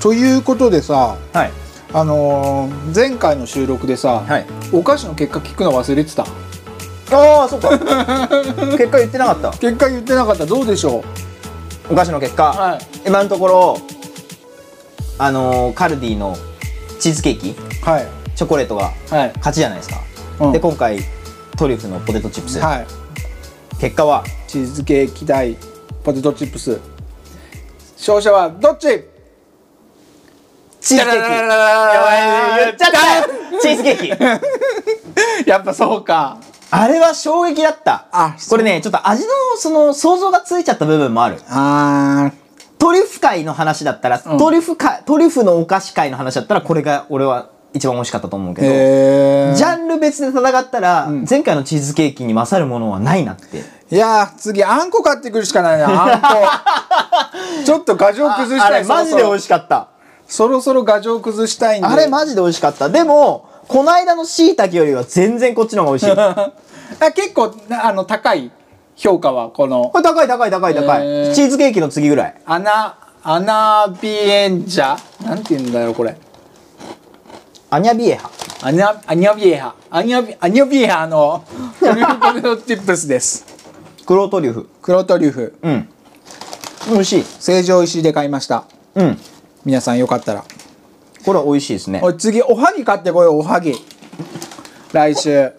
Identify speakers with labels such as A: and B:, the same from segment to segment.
A: ということでさ
B: はい
A: あのー前回の収録でさ、
B: はい
A: お菓子の結果聞くの忘れてた
B: ああそっか結果言ってなかった
A: 結果言ってなかったどうでしょ
B: お菓子の結
A: う
B: 果
A: は
B: 今のところあのーカルディのチーズケーキ
A: いはい
B: チョコレートが
A: はい
B: 勝ちじゃないですか、
A: うん
B: で今回トリュフのポテトチップス、
A: はい
B: 結果は
A: チーズケーキ対ポテトチップス勝者はどっち
B: チーズケーキ
A: や
B: やばい言っちゃったチーズケーキ
A: やっぱそうか
B: あれは衝撃だった
A: あ
B: これねちょっと味のその想像がついちゃった部分もある
A: あ
B: トリュフ界の話だったら、
A: ん
B: トリュフかトリュフのお菓子界の話だったらこれが俺は一番美味しかったと思うけ
A: ー
B: ど、
A: へえ
B: ジャンル別で戦ったら、前回のチーズケーキに勝るものはないなって。
A: いやー次あんこ買ってくるしかないな あんこちょっと牙城崩したいそろそろ
B: しかった。
A: そろそろ牙城崩したいんで
B: あれマジで美味しかった。でも、この間の椎茸よりは全然こっちの方が美味しい。こ
A: あ結構なあの高い評価はこの
B: れ高い高い高い高い。
A: へー
B: チーズケーキの次ぐらい。
A: アナアナビエンジャなんて言うんだよこれ
B: アニャビエハ。
A: アニャアニャビエハアニャビアニャビエハのトリュフポテトチップスです
B: 黒トリュフ。
A: 黒トリュフ
B: うん。美味しい。
A: 成城石井で買いました
B: うん。
A: 皆さんよかったら
B: これは美味しいですね。
A: おい次おはぎ買ってこいおはぎ来週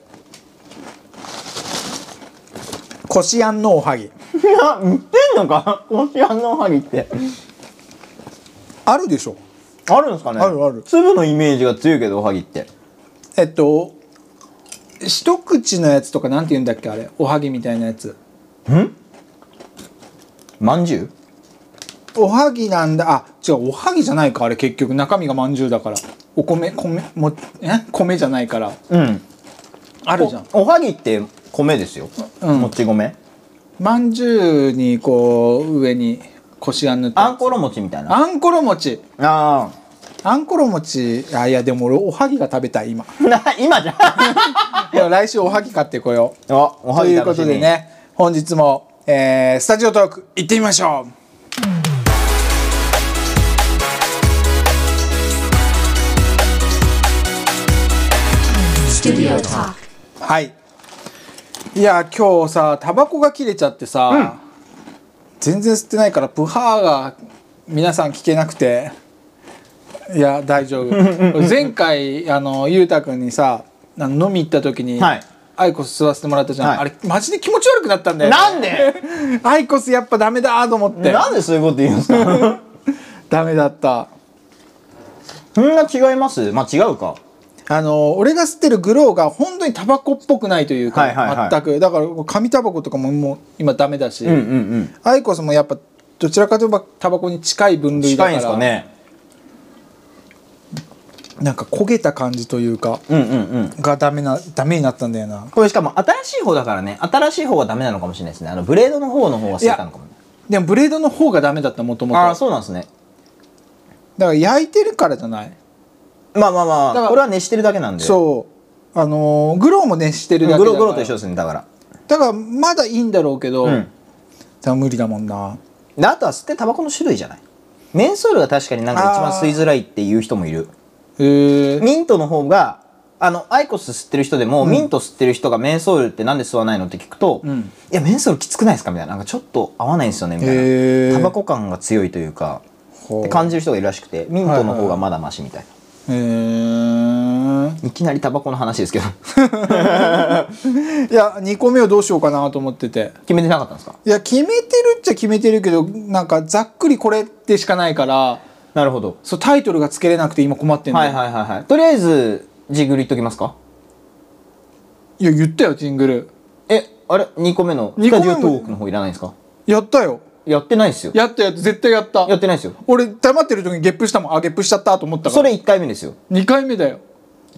A: こしあんのおはぎ
B: い や、売ってんのかこしあんのおはぎって。
A: あるでしょ
B: あるんですかね
A: あるある
B: 粒のイメージが強いけど、おはぎって。
A: えっと一口のやつとかなんて言うんだっけあれおはぎみたいなやつ
B: まんじゅう
A: おはぎなんだあ違うおはぎじゃないかあれ結局中身がまんじゅうだからお米米もえ米じゃないから
B: うん。
A: あるじゃん
B: おおはぎって米ですよ、
A: うん
B: もち米
A: まんじゅうにこう上にこしあん塗って
B: あんころ餅みたいなあ
A: あんころ餅
B: あ
A: あんころ餅あいやでも俺おはぎが食べた い今
B: な 今じゃん
A: いや来週おはぎ買ってこよう
B: あおは
A: と
B: ぎ
A: いう
B: 楽
A: こ
B: しみ
A: とでね本日も、えースタジオトーク行ってみましょうはいいや今日さタバコが切れちゃってさ、全然吸ってないからプハーが皆さん聞けなくていや大丈 夫前回あのゆうたくんにさあの飲み行った時に、
B: はい
A: アイコス吸わせてもらったじゃん、
B: はい
A: あれマジで気持ち悪くなったんだよ、
B: なんで
A: アイコスやっぱダメだと思って
B: なんでそういうこと言うんです か
A: ダメだった
B: そんな違いますまあ違うか
A: あの俺が吸ってるグローが本当にタバコっぽくないというか、
B: はいはいはい
A: 全くだから紙タバコとかももう今ダメだし、
B: うんうんうん
A: アイコスもやっぱどちらかといえばタバコに近い分類だ
B: 近
A: か
B: いん
A: ら
B: ですかね
A: なんか焦げた感じというか
B: うんうんうん
A: がダメなダメになったんだよな
B: これしかも新しい方だからね新しい方がダメなのかもしれないですねあのブレードの方の方が好きなのかもね
A: でもブレードの方がダメだったもともと
B: ああー
A: だか
B: そうなんですね
A: ら焼いてるからじゃない
B: まあまあま
A: だから
B: あこれは熱してるだけなんでう
A: そうあのーグローもねしてるだけだか
B: グ
A: ら
B: ログロと一緒ですねだから
A: だからまだいいんだろうけど、
B: うん
A: だから無理だもんな
B: であとは吸ってタバコの種類じゃないメンソールが確かになんか一番吸いづらいっていう人もいる
A: へえ
B: ミントの方があのアイコス吸ってる人でも、ミント吸ってる人がメンソールってなんで吸わないのって聞くと、
A: ん
B: いやメンソールきつくないですかみたいななんかちょっと合わないんですよねみた
A: へ
B: い
A: ー
B: なタバコ感が強いというか
A: ほう
B: って感じる人がいるらしくてミントの方がまだマシみたいな、い
A: へえ
B: きなりタバコの話ですけど
A: いや2個目をどうしようかなと思ってて
B: 決めてなかったんですか
A: いや決めてるっちゃ決めてるけどなんかざっくりこれってしかないから
B: なるほど
A: そうタイトルがつけれなくて今困ってんだよ、
B: はいはいはいはいとりあえずジグルいっときますか
A: い、や言ったよジングル
B: えあれ2個目の
A: 二
B: ス
A: 個
B: タ
A: 目
B: ジ
A: も
B: オトークの方いらないんですか
A: やったよ
B: やってないですよ
A: やったやった絶対やった
B: やってないですよ
A: 俺黙ってる時にゲップしたもんあゲップしちゃったと思ったから
B: それ1回目ですよ
A: 2回目だよ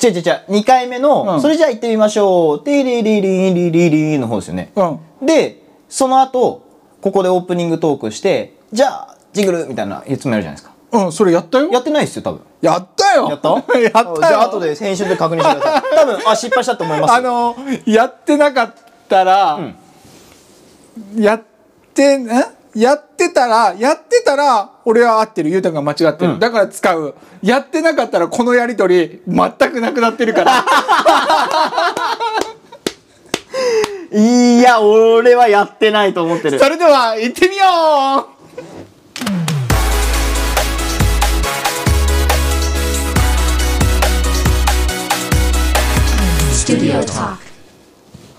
B: 違う違う違う2回目の、
A: うん
B: それじゃあ行ってみましょうティリリリリリリの方ですよね、
A: うん
B: でその後ここでオープニングトークしてじゃあジングルみたいなやつもやるじゃないですか
A: うんそれやったよ
B: や
A: や
B: ってないですよ多分
A: ったよ
B: やった
A: やったよ
B: じゃあ後で編集で確認してください 多分あ失敗したと思います
A: あのやってなかったら、やってんやってたらやってたら俺は合ってるゆうたくんが間違ってる、だから使うやってなかったらこのやり取り全くなくなってるから
B: いや俺はやってないと思ってる
A: それでは行ってみよう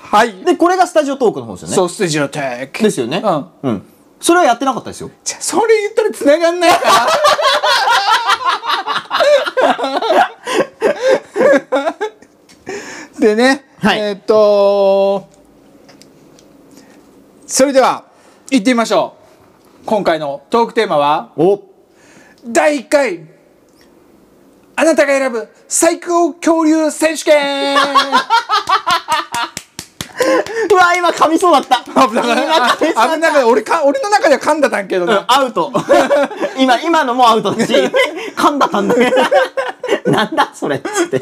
A: はい、
B: でこれがスタジオトークの方ですよね
A: そうステージのテイク
B: ですよね
A: うん
B: うんそれはやってなかったですよ
A: じゃそれ言ったら繋がんないから でね、
B: はい
A: えーっとそれでは行ってみましょう今回のトークテーマは
B: お
A: 第1回あなたが選ぶ最強恐竜選手 権
B: うわ今噛みそうだった
A: 危なかった危なかった俺か俺の中では噛んだたんけどね、
B: アウト 今今のもアウト だし噛んだ噛んだ なんだそれっつって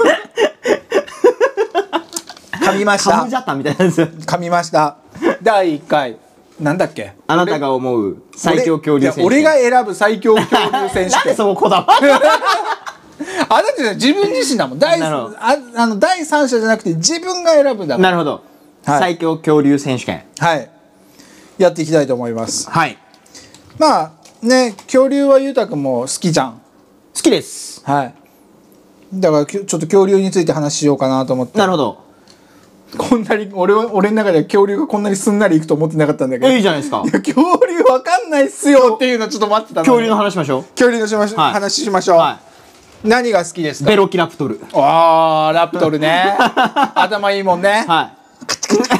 A: 噛みまし
B: カ
A: た
B: ムジャタみたいなんですよ
A: 噛みました第1回なんだっけ
B: あなたが思う最強恐竜選手
A: 俺いや俺が選ぶ最強恐竜選手
B: なんで
A: 権
B: そここだわる
A: あだって自分自身だもん第
B: なるほど
A: ああの第三者じゃなくて自分が選ぶんだもん
B: なるほど、
A: はい
B: 最強恐竜選手権
A: はいやっていきたいと思います
B: はい
A: まあね恐竜はゆうたくんも好きじゃん
B: 好きです
A: はいだからきょちょっと恐竜について話しようかなと思って
B: なるほど
A: こんなに俺は俺の中では恐竜がこんなにすんなりいくと思ってなかったんだけど
B: えいいじゃないですか
A: いや恐竜わかんないっすよっていうのちょっと待ってたの
B: 恐竜の話しましょ
A: 恐竜のしまし、
B: はい
A: 話しまし
B: う
A: ょう、
B: は
A: 何が好きです
B: い
A: か
B: ベロキラプトル
A: ああラプトルね頭いいもんね
B: はい なんか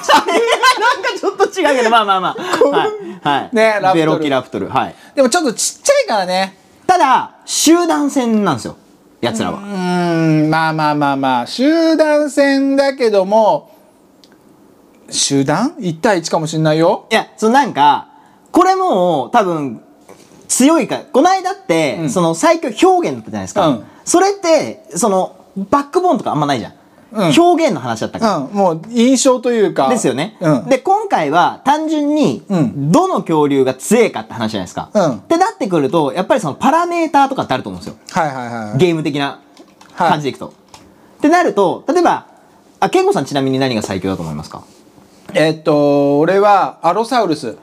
B: ちょっと違うけどまあまあまあはい、はい、
A: ねラプトル
B: ベロキラプトルはい
A: でもちょっとちっちゃいからね
B: ただ集団戦なんですよやつらは
A: うーんまあまあまあまあ集団戦だけども集団1対1かもしんないよ
B: いや、そのなんか、これもう多分、強いから、この間って、
A: うん
B: その最強表現だったじゃないですか。
A: うん
B: それって、その、バックボーンとかあんまないじゃん。
A: うん
B: 表現の話だった
A: う
B: か
A: んもう印象という
B: ら。
A: か
B: ですよね、
A: うん、
B: で、今回は単純に、
A: うん
B: どの恐竜が強いかって話じゃないですか。
A: うん
B: ってなってくると、やっぱりそのパラメーターとかってあると思うんですよ。
A: はいはいはい
B: ゲーム的な感じでいくと。ってなると、例えば、あ、健吾さんちなみに何が最強だと思いますか
A: えっと俺はアロサウルス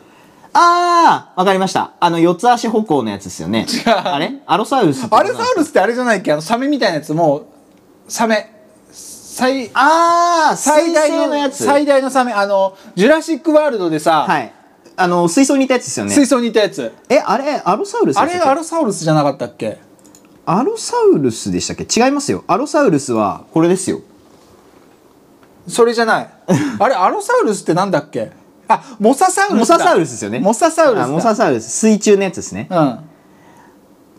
B: あー、わかりました。あの、四つ足歩行のやつですよね。
A: う
B: あれアロサウルスってこ
A: ア
B: となん
A: ロ
B: です
A: サウ
B: か
A: ルスってあれじゃないっけあのサメみたいなやつもうサメ最
B: あー、
A: 最
B: 最
A: 大
B: 大
A: の
B: のやつ。
A: 最大のサメあのジュラシック・ワールドでさ、
B: はい。あの、水槽にいたやつですよね。
A: 水槽にいたやつ
B: え、あれ、アロサウルス
A: あ
B: でし
A: れ
B: たっけ
A: アロサウルスじゃなかったっけ
B: アロサウルスでしたっけ違いますよ。アロサウルスは、これですよ。
A: それじゃない あれアロサウルスってなんだっけあモササウルス
B: モササウルス
A: ス
B: ですよね。
A: モササウルスだ
B: あモササウルス。水中のやつですね。
A: うん
B: だか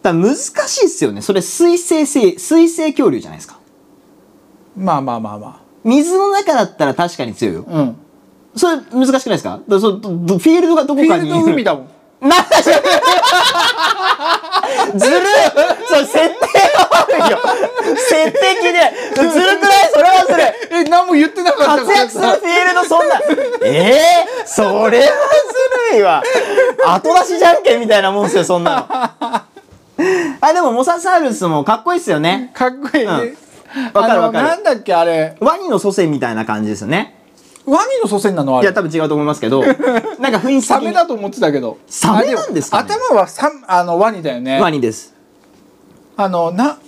B: ら難しいっすよね。それ、水生性、水生恐竜じゃないですか。
A: まあまあまあま
B: 水の中だったら確かに強いよ。
A: あうん
B: それ、難しくないですかだからそどどフィールドがど
A: フ
B: こ
A: ィ
B: か
A: ール
B: に。
A: ド海だもん
B: なんでずるいそれ設定が悪いよ設定聞いてないずるくないそれはそれ
A: え何も言ってなかった
B: 活躍するフィールドそんなええそれはずるいわ後出しじゃんけんみたいなもんっすよそんなのあでもモササウルスもかっこいいっすよね
A: かっこいいね、
B: うんわかるわかる
A: あのなんだっけあれ
B: ワニの祖先みたいな感じですよね
A: ワニの祖先なのあ
B: いや
A: れ
B: 多分違うと思いますけどなんか雰囲気的に
A: サメだと思ってたけど
B: サメなんですかね
A: あも頭はサあのワニだよね
B: ワニです
A: あのな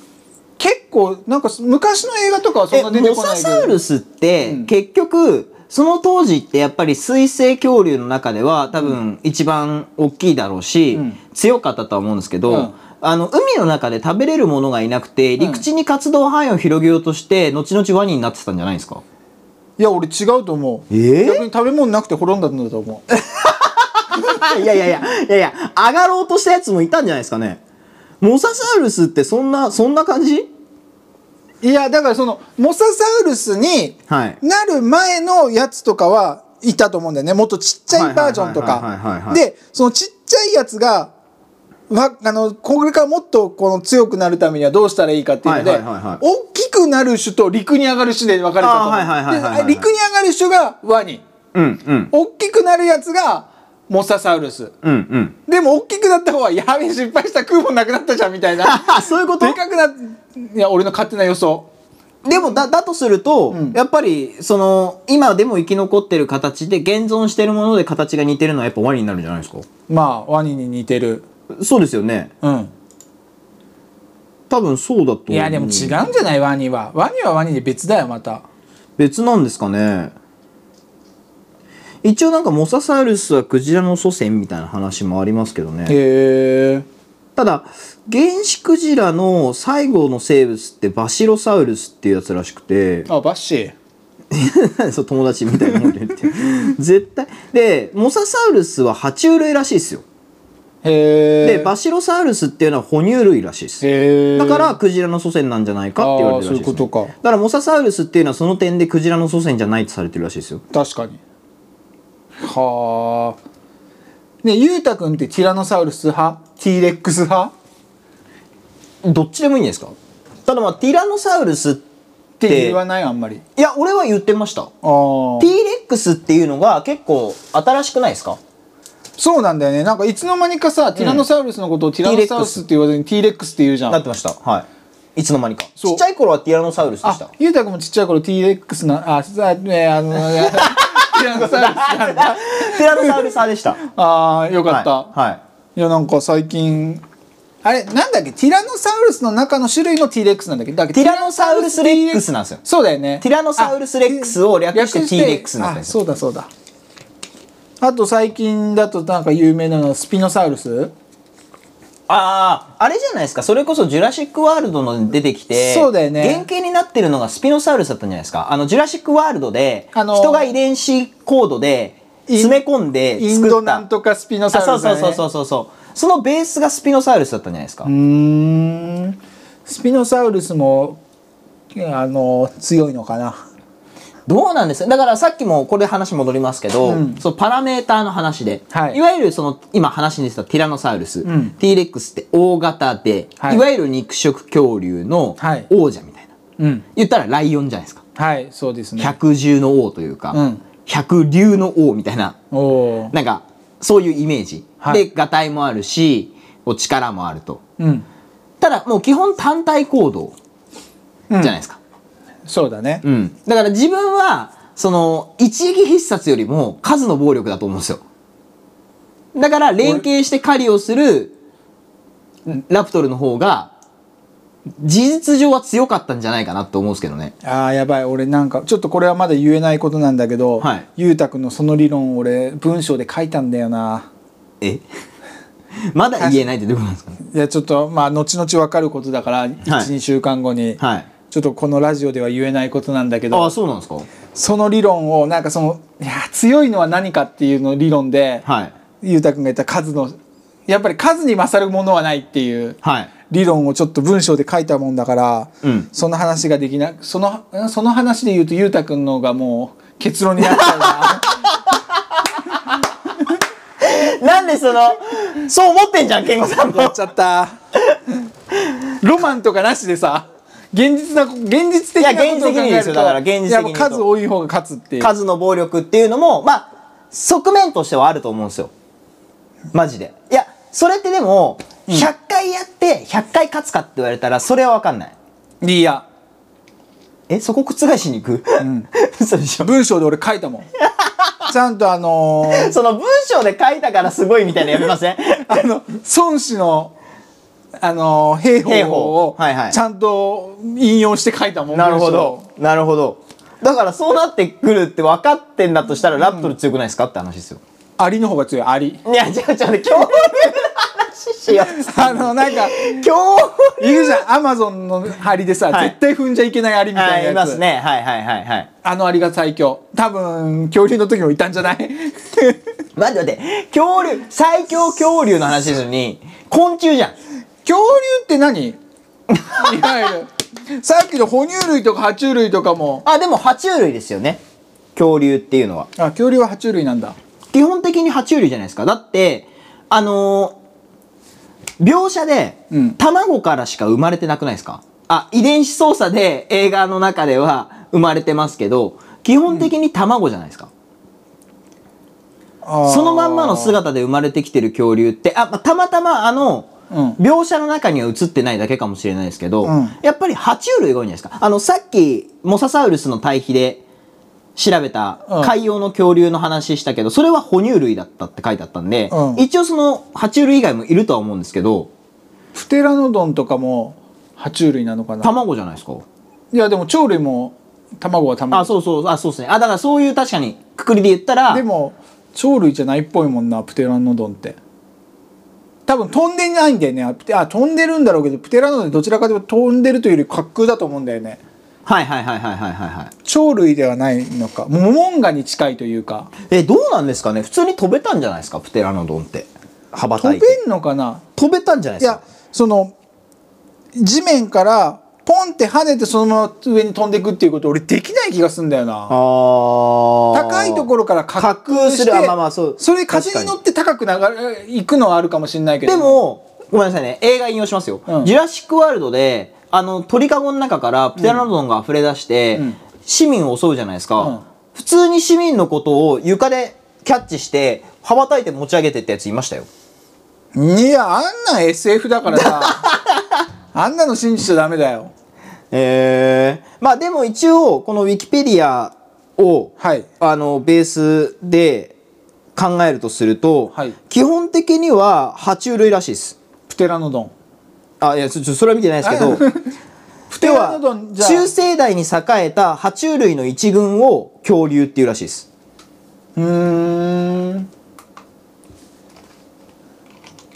A: 結構なんか昔の映画とかはそんな出てこないけど
B: モササウルスって、
A: うん
B: 結局その当時ってやっぱり水生恐竜の中では多分一番大きいだろうし、
A: うん
B: 強かったとは思うんですけど、
A: うん
B: あの海の中で食べれるものがいなくて陸地に活動範囲を広げようとして後々ワニになってたんじゃないですか
A: いや俺違うと思う、
B: ええ
A: 逆に食べ物なくて滅んだんだと思う
B: いやいやいやいやいや上がろうとしたやつもいたんじゃないですかねモササウルスってそんなそんな感じ
A: いやだからそのモササウルスに
B: はい
A: なる前のやつとかはいたと思うんだよねもっとちっちゃいバージョンと
B: はいはいはいはいはい
A: か
B: はい
A: でそのちっちゃいやつがわあのこれからもっとこの強くなるためにはどうしたらいいかっていうので、
B: はいはいはいはい
A: 大きくなる種と陸に上がる種で分かれたと思う、
B: あーはいはいはいはいはい
A: で陸に上がる種がワニ
B: うんうん
A: 大きくなるやつがモササウルス
B: うん うん。
A: でも大きくなった方はやべえ失敗した空母なくなったじゃんみたいな
B: そういうこと
A: でかくなっいや俺の勝手な予想
B: でもだ、だとすると、
A: うん
B: やっぱり、その、今でも生き残ってる形で、現存してるもので形が似てるのはやっぱワニになるんじゃないですか
A: まあワニに似てる
B: そうですよね。
A: うん
B: 多分そうだと思う。
A: いやでも違うんじゃないワニはワニはワニで別だよまた
B: 別なんですかね。一応なんかモササウルスはクジラの祖先みたいな話もありますけどね。
A: へえ
B: ただ原始クジラの最後の生物ってバシロサウルスっていうやつらしくて
A: あバッシー
B: そう友達みたいなもんで言って絶対でモササウルスは爬虫類らしいですよ
A: へえ
B: でバシロサウルスっていうのは哺乳類らしいです
A: へえ
B: だからクジラの祖先なんじゃないかって言われてるらし
A: あ
B: いです、ね、
A: ーそういうことか
B: だからモササウルスっていうのはその点でクジラの祖先じゃないとされてるらしいですよ
A: 確かにはあねゆうたくんってティラノサウルス派ティーレックス派
B: どっちでもいいんですかただまあティラノサウルスっ
A: って
B: て
A: 言わないあんまり
B: いや俺は言ってました
A: あー
B: T レックスっていうのが結構新しくないですか
A: そうなんだよねなんかいつの間にかさティラノサウルスのことをティラノサウルスって言わずにティーレックスって言うじゃ
B: なっ
A: ん
B: てました。はい。いつの間にか。
A: そう
B: ちっちゃい頃はティラノサウルスでした
A: あ。ゆうたくんもちっちゃい頃ティーレックスなあさねあの ティラノサウルスなんだ
B: ティラノサウルス派で した。
A: あーよかった、
B: はい。はい
A: いやなんか最近あれなんだっけティラノサウルスの中の種類の T レックスなんだっけだっけ
B: ティラノサウルスレックスなんですよ
A: そうだよね
B: ティラノサウルスレックスを略して T レックスになったん
A: あ
B: ですよ。
A: そうだそうだあと最近だとなんか有名なのはスピノサウルス、
B: ああ、あれじゃないですか。それこそジュラシックワールドの出てきて、
A: そうだよね
B: 原型になってるのがスピノサウルスだったんじゃないですか。あの、ジュラシックワールドで、
A: あのー
B: 人が遺伝子コードで
A: イン
B: 詰め込んで作った。
A: インドなんとかスピノサウ
B: あ
A: ルス、ね、
B: そうそうそうそうそうそう。そのベースがスピノサウルスだったんじゃないですか。
A: うーんスピノサウルスもあの強いのかな
B: どうなんですかだからさっきもこれ話戻りますけど、
A: うん
B: そのパラメーターの話で、
A: はい
B: わゆるその今話に出てたティラノサウルス、
A: ん
B: T レックスって大型で、
A: はい
B: い、わゆる肉食恐竜の
A: はい
B: 王者みたい
A: う
B: な、
A: ん
B: 言ったらライオンじゃないですか
A: はいそうですね
B: 百獣の王というか、
A: うん
B: 百竜の王みたいな
A: おおー
B: なんかそういうイメージ、
A: はい
B: でがたいもあるしこう力もあると
A: うん
B: ただもう基本単体行動じゃないですか、
A: そうだね
B: うん、だから自分はその一撃必殺よりも数の暴力だと思うんですよだから連携して狩りをするラプトルの方が事実上は強かったんじゃないかなと思うんですけどね
A: あーやばい俺なんかちょっとこれはまだ言えないことなんだけど、
B: はい
A: ゆうたくんのその理論俺文章で書いたんだよな
B: え まだ言えないってどういうことなんですかね
A: いやちょっとまあ後々分かることだから12、2週間後に、
B: はい
A: ちょっとこのラジオでは言えないことなんだけ
B: ああ
A: ど
B: そうなんですか
A: その理論をなんかそのいや強いのは何かっていうの理論で、
B: はい
A: ゆうたくんが言った数のやっぱり数に勝るものはないっていう
B: はい
A: 理論をちょっと文章で書いたもんだから、
B: うん
A: その話ができなそのその話で言うとゆうたくんのがもう結論になっちゃう な。
B: なんでそのそう思ってんじゃん健吾さん
A: やっちゃった。ロマンとかなしでさ、現実な、現実的なことを考
B: いや現実的に
A: え
B: で
A: る
B: す
A: と、
B: よだから現実的に
A: やっぱ数多い方が勝つっていう。
B: 数の暴力っていうのもまあ側面としてはあると思うんですよマジでいやそれってでも100回やって100回勝つかって言われたらそれは分かんない
A: いや、
B: えそこ覆しに行く、 嘘でしょ
A: 文章で俺書いたも ん。ちゃんとあのー
B: その文章で書いたからすごいみたいなのやめません
A: あの、孫子の、あのー兵
B: 兵
A: 法
B: 法
A: を、
B: はいはい
A: ちゃんと引用して書いたもん。
B: なるほど なるほどだからそうなってくるって分かってんだとしたらラプトル強くないですかって話ですよ、
A: 文章。アリの方が強い、アリ。
B: いや違う違う強力な話しよう
A: あの、なんか、
B: 強
A: いるじゃん、アマゾンのアリでさ、
B: はい
A: 絶対踏んじゃいけないアリみた
B: はい
A: い
B: い
A: なや
B: ま
A: つ。
B: すねはいはいはいはい
A: あのアリが最強。多分、恐竜の時もいたんじゃない
B: 待って待って、恐竜、最強恐竜の話ですのに、昆虫じゃん。
A: 恐竜って何いわゆるさっきの哺乳類とか爬虫類とかも
B: あ、でも爬虫類ですよね。恐竜っていうのは。
A: あ恐竜は爬虫類なんだ
B: 基本的に爬虫類じゃないですか。だって、あのー描写で
A: うん、
B: 卵からしか生まれてなくないですか、あ、遺伝子操作で映画の中では生まれてますけど、基本的に卵じゃないですか。
A: ああー
B: そのまんまの姿で生まれてきてる恐竜って、あ、まあたまたまあの、
A: うん
B: 描写の中には映ってないだけかもしれないですけど、
A: うん
B: やっぱり爬虫類が多いんじゃないですか。あの、さっき、モササウルスの対比で調べた
A: うん
B: 海洋の恐竜の話したけど、それは哺乳類だったって書いてあったんで、
A: うん
B: 一応その爬虫類以外もいるとは思うんですけど、
A: プテラノドンとかも爬虫類なのかな
B: 卵じゃないですか。
A: いやでも鳥類も卵は
B: あ、
A: 卵
B: そうそう、あ、そうですね。あ、だからそういう確かに、くくりで言ったら、
A: でも鳥類じゃないっぽいもんなプテラノドンって多分飛んでないんだよねあプテあ飛んでるんだろうけどプテラノドンってどちらかというと飛んでるというより滑空だと思うんだよね
B: はいはいはいはいはいはいはい。
A: 鳥類ではないのかモモンガに近いというか
B: え、どうなんですかね普通に飛べたんじゃないですかプテラノドンって。羽ばた
A: 飛
B: いて。
A: べんのかな
B: 飛べたんじゃない
A: い
B: ですか
A: やその地面からポンって跳ねてそのまま上に飛んでいくっていうこと俺できない気がすんだよな
B: 高
A: 高いところから滑空して
B: 滑空するあまあまあそう
A: それ風に乗って高く流れ行くのはあるかもしれないけど
B: でも、ごめんなさいね。映画引用しますよ。
A: うん
B: ジュラシックワールドで、あの、鳥かごの中からプテラノドンが溢れ出して、
A: うん
B: 市民を襲うじゃないですか、
A: うん
B: 普通に市民のことを床でキャッチして、羽ばたいて持ち上げてってやついましたよ。
A: いやあんなん SF だから さあんなの信じちゃダメだよ
B: ええまあでも一応、このウィキペディアを、
A: はい
B: あのベースで考えるとすると、
A: はい
B: 基本的には爬虫類らしいです
A: プテラノドン
B: あいやちょちょそれは見てないですけど
A: プテ
B: で
A: ラ
B: は
A: ノドンじゃ
B: 中生代に栄えた爬虫類の一群を恐竜っていうらしいです
A: うーん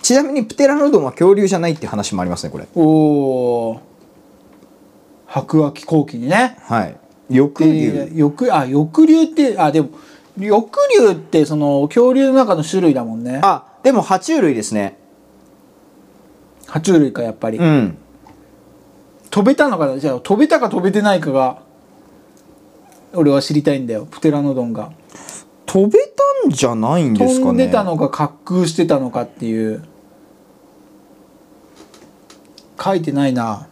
B: ちなみにプテラノドンは恐竜じゃないって話もありますねこれ
A: おお白亜紀後期にね
B: はい翼
A: で
B: 竜
A: 翼あ翼竜ってあでも翼竜ってその恐竜の中の種類だもんね
B: あでも爬虫類ですね
A: 爬虫類かやっぱり、
B: うん
A: 飛べたのかなじゃあ飛べたか飛べてないかが俺は知りたいんだよプテラノドンが
B: 飛べたんじゃないんです
A: 飛
B: か
A: ん
B: ね
A: でたのか滑空してたのかっていう書いてないな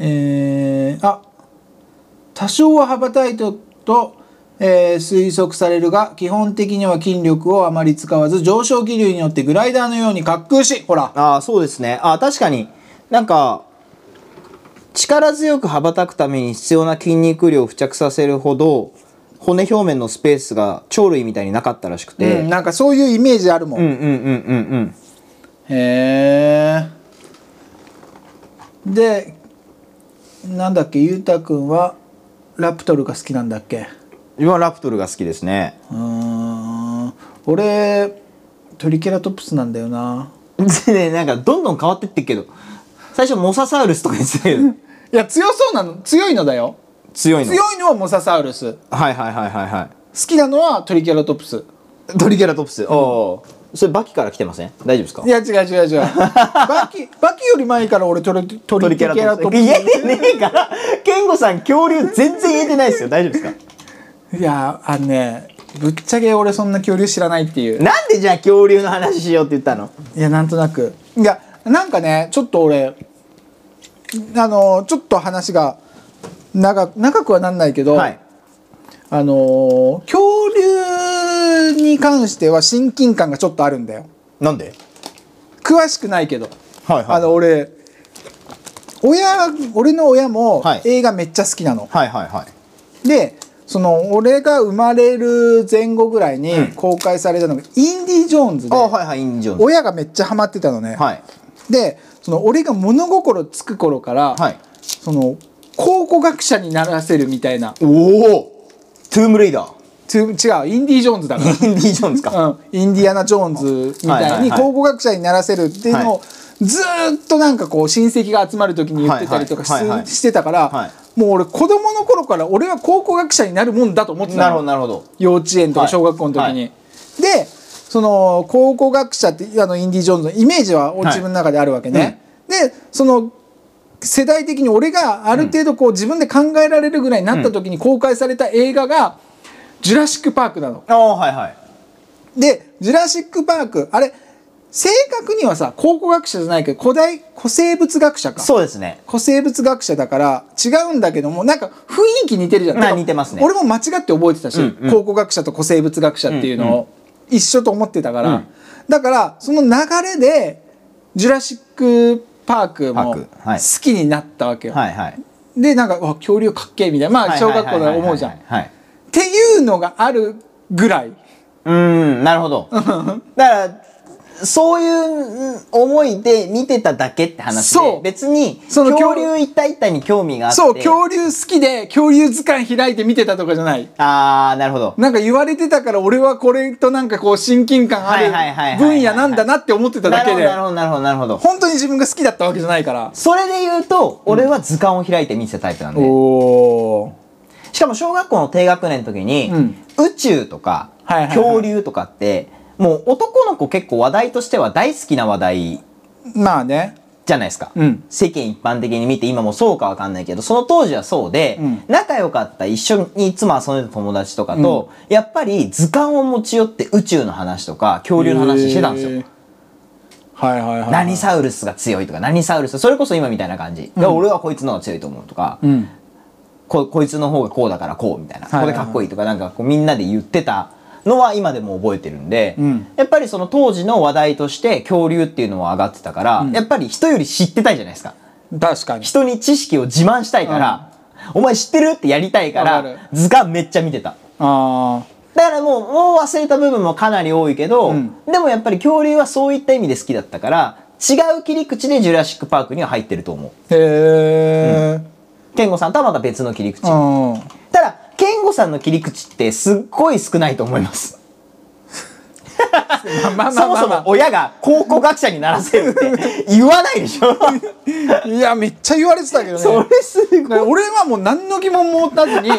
A: えー、あ多少は羽ばたいたと、えー推測されるが基本的には筋力をあまり使わず上昇気流によってグライダーのように滑空しほら
B: ああそうですねあー確かになんか力強く羽ばたくために必要な筋肉量を付着させるほど骨表面のスペースが鳥類みたいになかったらしく
A: うん、
B: て、
A: なんかそういうイメージあるもん、
B: うん、うんうんうんうん
A: へえでなんだっけゆうたくんはラプトルが好きなんだっけ
B: 今ラプトルが好きですね
A: うーん俺トリケラトプスなんだよな
B: でねなんかどんどん変わってってっけど最初モササウルスとか言ってたけど
A: いや強そうなの強いのだよ
B: 強いの
A: 強いのはモササウルス好
B: はいはいはいはいは
A: きなのはトリケラトプス
B: いトリケラトプスおおそれバキから来てません大丈夫ですか
A: いや違う違う 違うバキバキより前から俺トリトリケラトプス
B: 言えてねえから健吾さん恐竜全然言えてないですよ大丈夫ですか
A: いやあのねぶっちゃけ俺そんな恐竜知らないっていう
B: なんでじゃあ恐竜の話しようって言ったの
A: いやなんとなくいやなんかねちょっと俺あのちょっと話が長く長くはなんないけど、
B: はい。
A: あの恐竜に関しては親近感がちょっとあるんだよ
B: なんで
A: 詳しくないけど、
B: はい
A: あの俺親俺の親も
B: はい
A: 映画めっちゃ好きなの、
B: はいはいはい。
A: でその俺が生まれる前後ぐらいに
B: うん
A: 公開されたのが「インディ・ジョーンズで」
B: はいはい、インディ・ジョーンズ。
A: 親がめっちゃハマってたのね、
B: はい。
A: でその俺が物心つく頃から、
B: はい。
A: その考古学者にならせるみたいな
B: おおトゥームレイダー。
A: つ違うインディ・ジョーンズだか
B: インディ・ジョーンズか。
A: ら、うん、インディアナ・ジョーンズみ
B: はい
A: たい
B: はい
A: に
B: はい
A: 考古学者にならせるっていうのを、ずーっとなんかこう親戚が集まる時に言ってたりとかし,、
B: はいはいはいはい
A: してたから、
B: は
A: もう俺子供の頃から俺は考古学者になるもんだと思ってたの
B: なるほど、なるほど。
A: 幼稚園とか小学校の時に。
B: はいはい
A: でその考古学者ってあのインディ・ジョーンズのイメージは
B: い
A: 自分の中であるわけね。でその世代的に俺がある程度こう自分で考えられるぐらいになった時に公開された映画が「ジュラシック・パーク」なの。
B: ああ、はいはい。
A: で「ジュラシック・パーク」あれ正確にはさ考古学者じゃないけど古代古生物学者か
B: そうですね
A: 古生物学者だから違うんだけどもなんか雰囲気似てるじゃん、
B: まあ
A: てか
B: 似てますね
A: 俺も間違って覚えてたし、
B: うんうん
A: 考古学者と古生物学者っていうのを一緒と思ってたから、
B: うん
A: だからその流れで「ジュラシック・パーク」も
B: パ
A: 好
B: ークはい
A: きになったわけよ、
B: はいはい
A: でなんかうわ恐竜かっけえみたいなまあ小学校だと思うじゃん。っ
B: はいはいはいはいはい
A: ていうのがあるぐらい。
B: うーんなるほ どだからそういううん思いで見てただけって話
A: そ
B: で
A: う
B: 別に
A: その
B: 恐竜一体一体に興味があって
A: そう恐竜好きで恐竜図鑑開いて見てたとかじゃない
B: あーなるほど
A: なんか言われてたから俺はこれとなんかこう親近感あ
B: はいはいはいはい
A: る分野なんだなって思ってただけで
B: なるほどなるほどなるほどなるほど
A: 本当に自分が好きだったわけじゃないから
B: それで言うと俺は図鑑を開いて見せたタイプなんで、
A: おー
B: しかも小学校の低学年の時に、
A: うん
B: 宇宙とか、
A: はいはいはい
B: 恐竜とかってもう男の子結構話題としては大好きな話題
A: まあね
B: じゃないですか、
A: うん
B: 世間一般的に見て今もそうかわかんないけどその当時はそうで、
A: うん
B: 仲良かった一緒にいつも遊んでた友達とかと、やっぱり図鑑を持ち寄って宇宙の話とか恐竜の話してたんです
A: へ
B: よ
A: ー。はいはいはい
B: 何サウルスが強いとか何サウルスそれこそ今みたいな感じ、だから俺はこいつの方が強いと思うとか、
A: うん
B: ここいつの方がこうだからこうみたいな、
A: はいはいはい
B: これかっこいいとかなんかこうみんなで言ってたのは今でも覚えてるんで、
A: うん
B: やっぱりその当時の話題として恐竜っていうのは上がってたから、やっぱり人より知ってたいじゃないですか
A: 確かに
B: 人に知識を自慢したいから、お前知ってるってやりたいか
A: わかる
B: ら図鑑めっちゃ見てた
A: あ
B: だからもうもう忘れた部分もかなり多いけど、
A: うん
B: でもやっぱり恐竜はそういった意味で好きだったから違う切り口で「ジュラシック・パーク」には入ってると思う
A: ーへえ
B: 健吾さんとはまた別の切り口
A: うん
B: ただ健吾さんの切り口ってすっごい少ないと思います
A: まあまあま
B: そ
A: あ
B: もそ
A: ま
B: も親が考古学者にならせるって言わないで しょ
A: あいやめっちゃ言われてたけどね
B: それす
A: だ
B: ご
A: か
B: い
A: ら俺はもう何の疑問も持たずに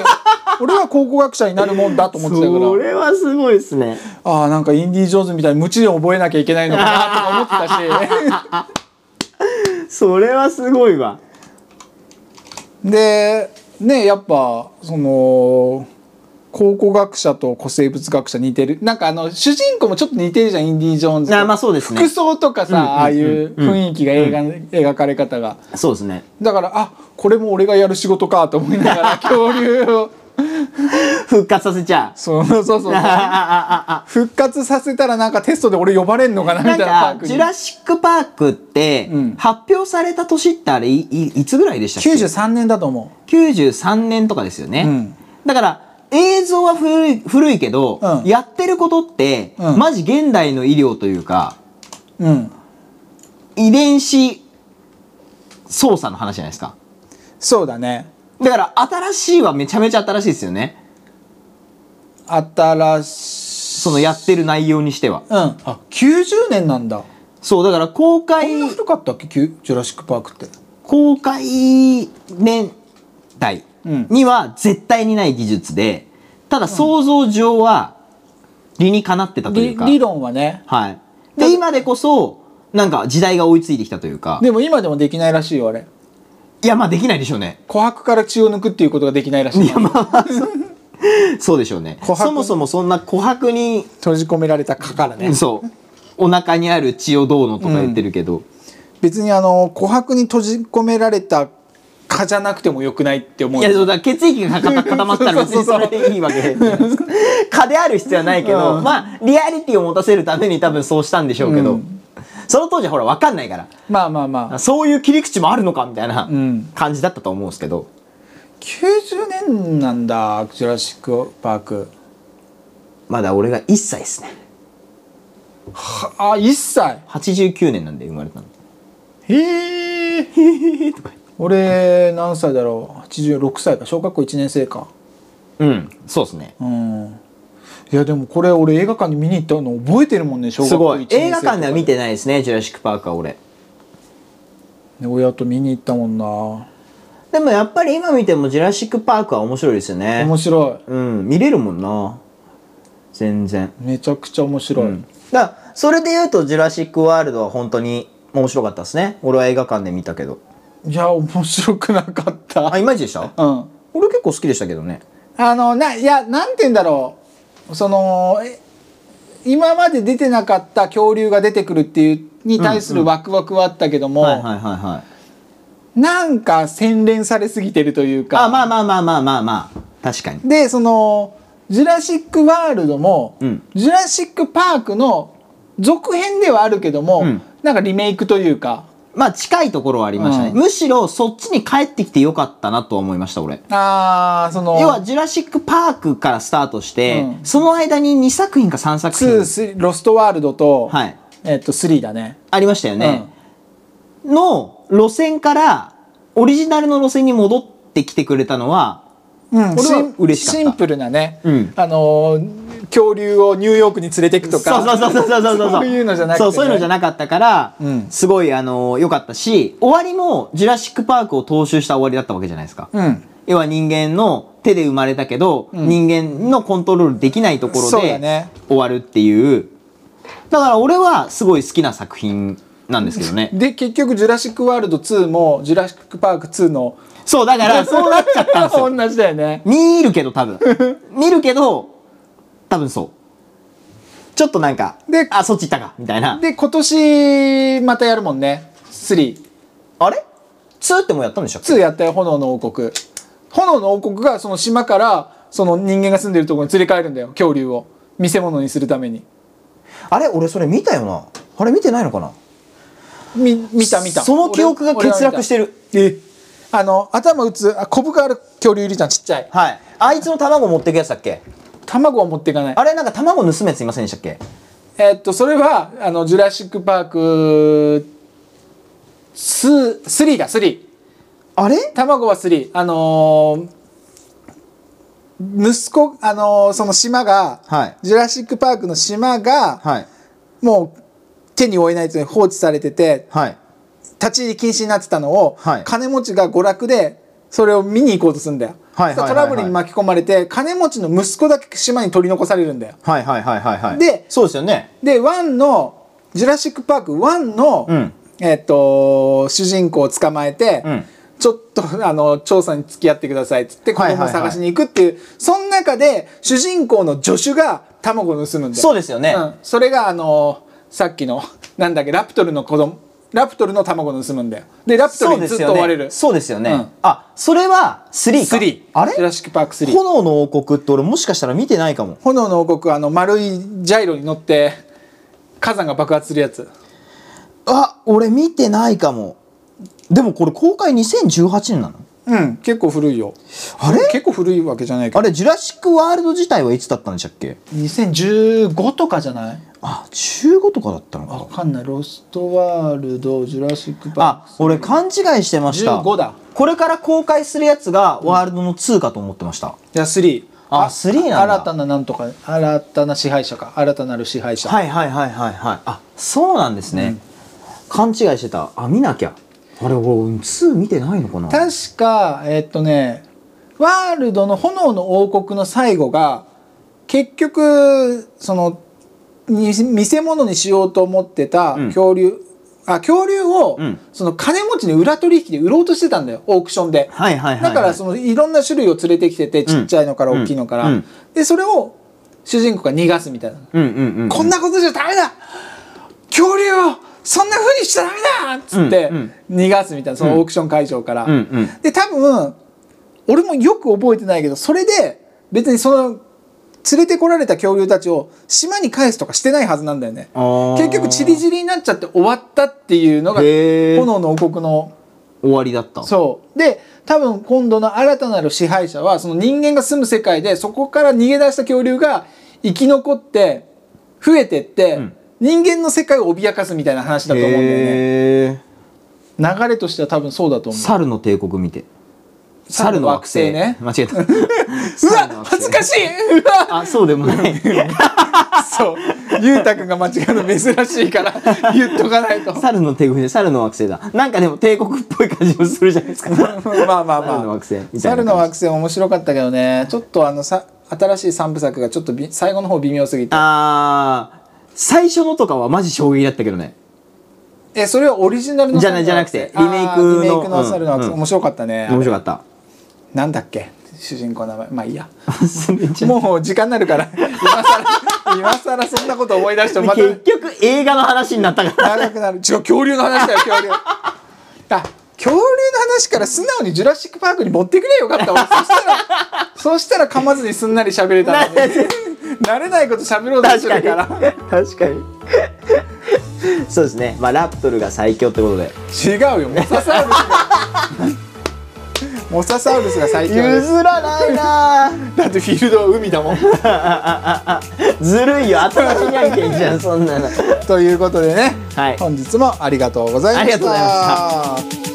A: 俺は考古学者になるもんだと思ってたから
B: それはすごいですね
A: ああなんかインディ・ジョーンズみたいに無知で覚えなきゃいけないのかなとか思って たし
B: それはすごいわ
A: でねやっぱその考古学者と古生物学者似てるなんかあの主人公もちょっと似てるじゃんインディ・ジョーンズと
B: あまあそうですね
A: 服装とかさ、
B: うんうんうん
A: ああいう雰囲気が映画、描かれ方が
B: そうですね
A: だからあこれも俺がやる仕事かと思いながら 恐竜を
B: 復活させちゃう
A: そうそうそう そう
B: あああああ
A: 復活させたらなんかテストで俺呼ばれんのかなみた
B: ない
A: なパー
B: ん
A: ク
B: か、
A: に
B: ジュラシック・パークって
A: うん、
B: 発表された年ってあれい、いいつぐらいでしたっけ
A: 93年だと思う
B: ?93 年とかですよね。
A: うん
B: だから、映像は古い古いけど、
A: うん
B: やってることって、
A: うん
B: マジ現代の医療というか、
A: うん
B: 遺伝子操作の話じゃないですか。
A: そうだね
B: だから、新しいはめちゃめちゃ新しいですよね。
A: 新し
B: そのやってる内容にしては。
A: うんあ90年なんだ
B: そう、だから公
A: こ
B: 開、
A: んな古かったっけキュジュラシック・パークって
B: 公開年代には絶対にない技術で、ただ想像上は理にかなってたという
A: 理
B: か、
A: 理論はね
B: はい。で、今でこそ、なんか時代が追いついてきたというか、
A: でも今でもできないらしいよあれ
B: いや、まあできないでしょうね。
A: 琥珀から血を抜くっていうことができないらしいよ
B: そうでしょうね。
A: 琥珀
B: そもそもそんな琥珀に、
A: 閉じ込められた蚊からね
B: そう、お腹にある血をどうのとか言ってるけど、
A: 別にあの琥珀に閉じ込められた蚊じゃなくてもよくないって思う
B: いや、そうだ、血液が 固固まったら別にそれでいいわけ じゃないですか。蚊である必要はないけど、まあ、リアリティを持たせるために多分そうしたんでしょうけど、その当時はほら、わかんないから、
A: まあまあま
B: あ
A: あ
B: そういう切り口もあるのかみたいなん感じだったと思うんですけど、
A: 90年なんだジュラシック・パーク
B: まだ俺が1歳ですね。
A: あ一切
B: 89年なんで生まれたの。
A: へえ俺何歳だろう86歳か小学校1年生か
B: うん、そうですね。
A: うんいやでもこれ俺映画館に見に行ったの覚えてるもんね小
B: す
A: 学校
B: ご
A: 1
B: い
A: 年。生
B: 映画館では見てないですね、ジュラシック・パークは俺。
A: ね親と見に行ったもんな
B: でもやっぱり今見てもジュラシック・パークは面白いですよね。
A: 面白
B: うん、見れるもんな。全然。
A: いめちゃくちゃ面白い、
B: だからそれで言うと「ジュラシック・ワールド」は本当に面白かったですね俺は映画館で見たけど
A: いや面白くなかった
B: あいまいちでした
A: うん
B: 俺結構好きでしたけどね
A: あのないやなんて言うんだろうそのえ今まで出てなかった恐竜が出てくるっていうに対するワクワクはあったけども、
B: はいはいはいはい
A: なんか洗練されすぎてるというか
B: あまあまあまあまあまあまあ確かに
A: でその「ジュラシック・ワールドも」
B: うん
A: ジュラシック・パーク」の続編ではあるけども、
B: うん
A: なんかリメイクというか
B: まあ近いところはありましたね、
A: うん
B: むしろそっちに帰ってきてよかったなとは思いました俺
A: あーその
B: 要は「ジュラシック・パーク」からスタートして、
A: うん
B: その間に2作品か3作
A: 2
B: 品
A: スリーロストワールドと,、
B: はい
A: えっと3だね。
B: ありましたよね、の路線からオリジナルの路線に戻ってきてくれたのは
A: うん、
B: これは
A: シン
B: 嬉しかった
A: シンプルなね、
B: うん
A: あのー恐竜をニューヨークに連れてくとか
B: そうそうそうそうそうそう
A: そういうのじゃなくてね
B: そうそういうのじゃなかったから、
A: うん
B: すごいあの良かったし終わりも「ジュラシック・パーク」を踏襲した終わりだったわけじゃないですか、
A: うん
B: 要は人間の手で生まれたけど、
A: うん
B: 人間のコントロールできないところ
A: そうだ
B: で
A: ね
B: 終わるっていうだから俺はすごい好きな作品なんですけどね
A: で結局「ジュラシック・ワールド2」も「ジュラシック・パーク2」の
B: そう だからそうなっちゃったんですよ
A: 同じだよね
B: 見るけど多分見るけど多分そうちょっとなんか
A: で
B: あそっち行ったかみたいな
A: で今年またやるもんね32
B: あれツーってもうやったんでしょ
A: やったよ炎の王国炎の王国がその島からその人間が住んでるところに連れ帰るんだよ恐竜を見せ物にするために
B: あれ俺それ見たよなあれ見てないのかな
A: み見た見た
B: その記憶が
A: 俺
B: 欠落してる
A: 俺は見たえあの頭打つあコブがある恐竜いるじゃんちっちゃい
B: はいあいつの卵持ってくやつだっけ
A: 卵を持っていかない
B: あれなんか卵盗むやついませんでしたっけ
A: えっとそれはあのジュラシック・パークス3だ3
B: あれ
A: 卵は3あのー息子あのーその島が、
B: はい
A: ジュラシック・パークの島が、
B: はい
A: もう手に負えないという放置されてて
B: はい
A: 立ち入り禁止になってたのを、
B: はい
A: 金持ちが娯楽でそれを見に行こうとするんだよ、
B: はいはいはいはい
A: そしたらトラブルに巻き込まれて金持ちの息子だけ島に取り残されるんだよ
B: はいはいはいはいはい
A: で
B: そうですよね
A: で1の「ジュラシック・パーク1の」
B: うん
A: えっと主人公を捕まえて、
B: うん
A: ちょっとあの調査に付き合ってくださいっつって子
B: はいはい
A: 供
B: はい
A: を探しに行くっていう、その中で主人公の助手が卵を盗むんだよ
B: そうですよね
A: うん、それがあのさっきの なんだっけラプトルの子供ラプトルの卵を盗むんだよでラプト
B: そう
A: ル
B: で
A: にず
B: す
A: っと
B: よ
A: 追われ
B: ね
A: る
B: そうですよね、
A: うん
B: あそれは3か
A: 3
B: あ
A: ジュ
B: れ
A: ラシック・パーク3
B: 炎の王国って俺もしかしたら見てないかも
A: 炎の王国はあの丸いジャイロに乗って火山が爆発するやつ
B: あ俺見てないかもでもこれ公開2018年なの
A: うん結構古いよ
B: あれ
A: 結構古いわけじゃないけ
B: あ
A: ど
B: れジュラシック・ワールド自体はいつだったんでしたっけ
A: 2015とかじゃない
B: あ中5とかだったの
A: わ
B: か
A: かんないロストワールドジュラシック・パーク
B: あ俺勘違いしてました
A: 15だ
B: これから公開するやつがワールドの2かと思ってました、
A: いや3
B: あ3なんだ
A: 新たななんとか新たな支配者か新たなる支配者
B: はいはいはいはいはいあそうなんですね、勘違いしてたあ見なきゃあれ俺2見てないのかな
A: 確かえっとねワールドの炎の王国の最後が結局そのに見せ物にしようと思ってた
B: うん
A: 恐竜、あ恐竜を、
B: うん
A: その金持ちに裏取引で売ろうとしてたんだよオークションで、
B: はいはいはい、はい、
A: だからそのいろんな種類を連れてきててちっちゃいのから大きいのから、
B: うんうん
A: でそれを主人公が逃がすみたいな、
B: うんうんうんうん
A: こんなことじゃダメだ恐竜をそんな風にしちゃダメだっつって
B: うん
A: 逃がすみたいなそのオークション会場から、
B: うんうん
A: で多分俺もよく覚えてないけどそれで別にその連れてこられた恐竜たちを島に返すとかしてないはずなんだよね
B: あー
A: 結局チリチリになっちゃって終わったっていうのが
B: へー
A: 炎の王国の
B: 終わりだった
A: そうで多分今度の新たなる支配者はその人間が住む世界でそこから逃げ出した恐竜が生き残って増えてって、
B: ん
A: 人間の世界を脅かすみたいな話だと思うんだよね
B: へー
A: 流れとしては多分そうだと思う
B: 猿の帝国見て猿の惑星
A: 猿の惑
B: 間違えたう
A: うわ恥ずか
B: い
A: しいうわ
B: あそうでもない
A: そうゆうたくんが間違うの珍しいから言っとかないと
B: 猿の帝国で猿の惑星だなんかでも帝国っぽい感じもするじゃないですか
A: まあまあまあ
B: 猿の惑星みたいな感じ
A: 猿の惑星面白かったけどねちょっとあのさ新しい三部作がちょっとび最後の方微妙すぎて
B: あー最初のとかはマジ衝撃だったけどね
A: えそれはオリジナルの
B: じゃないじゃなくて
A: 猿の惑星
B: リメ
A: あーリ
B: イクの
A: メイクの猿の惑星
B: うん
A: 面白かったね
B: 面白かった
A: なんだっけ主人公の名前まあいいや
B: 忘れちゃっ
A: もう時間になるから今更今更そんなこと思い出して
B: た
A: もまた
B: 結局映画の話になったから
A: 長くなる違う恐竜の話だよ恐竜あ恐竜の話から素直にジュラシック・パークに持ってくれよかった俺そしたらそしたら噛まずにすんなり喋れたのに慣れないこと喋ろうとす
B: 確か
A: る
B: に
A: から
B: 確かにそうですねまあラプトルが最強ってことで
A: 違うよモササウルスがモササウルスが最強です
B: 譲らないなぁ
A: だってフィールドは海だもん
B: ずるいよ後出しにゃいけんじゃんそんなの
A: ということでね、
B: はい
A: 本日もありがとうございました
B: ありがとうございま
A: した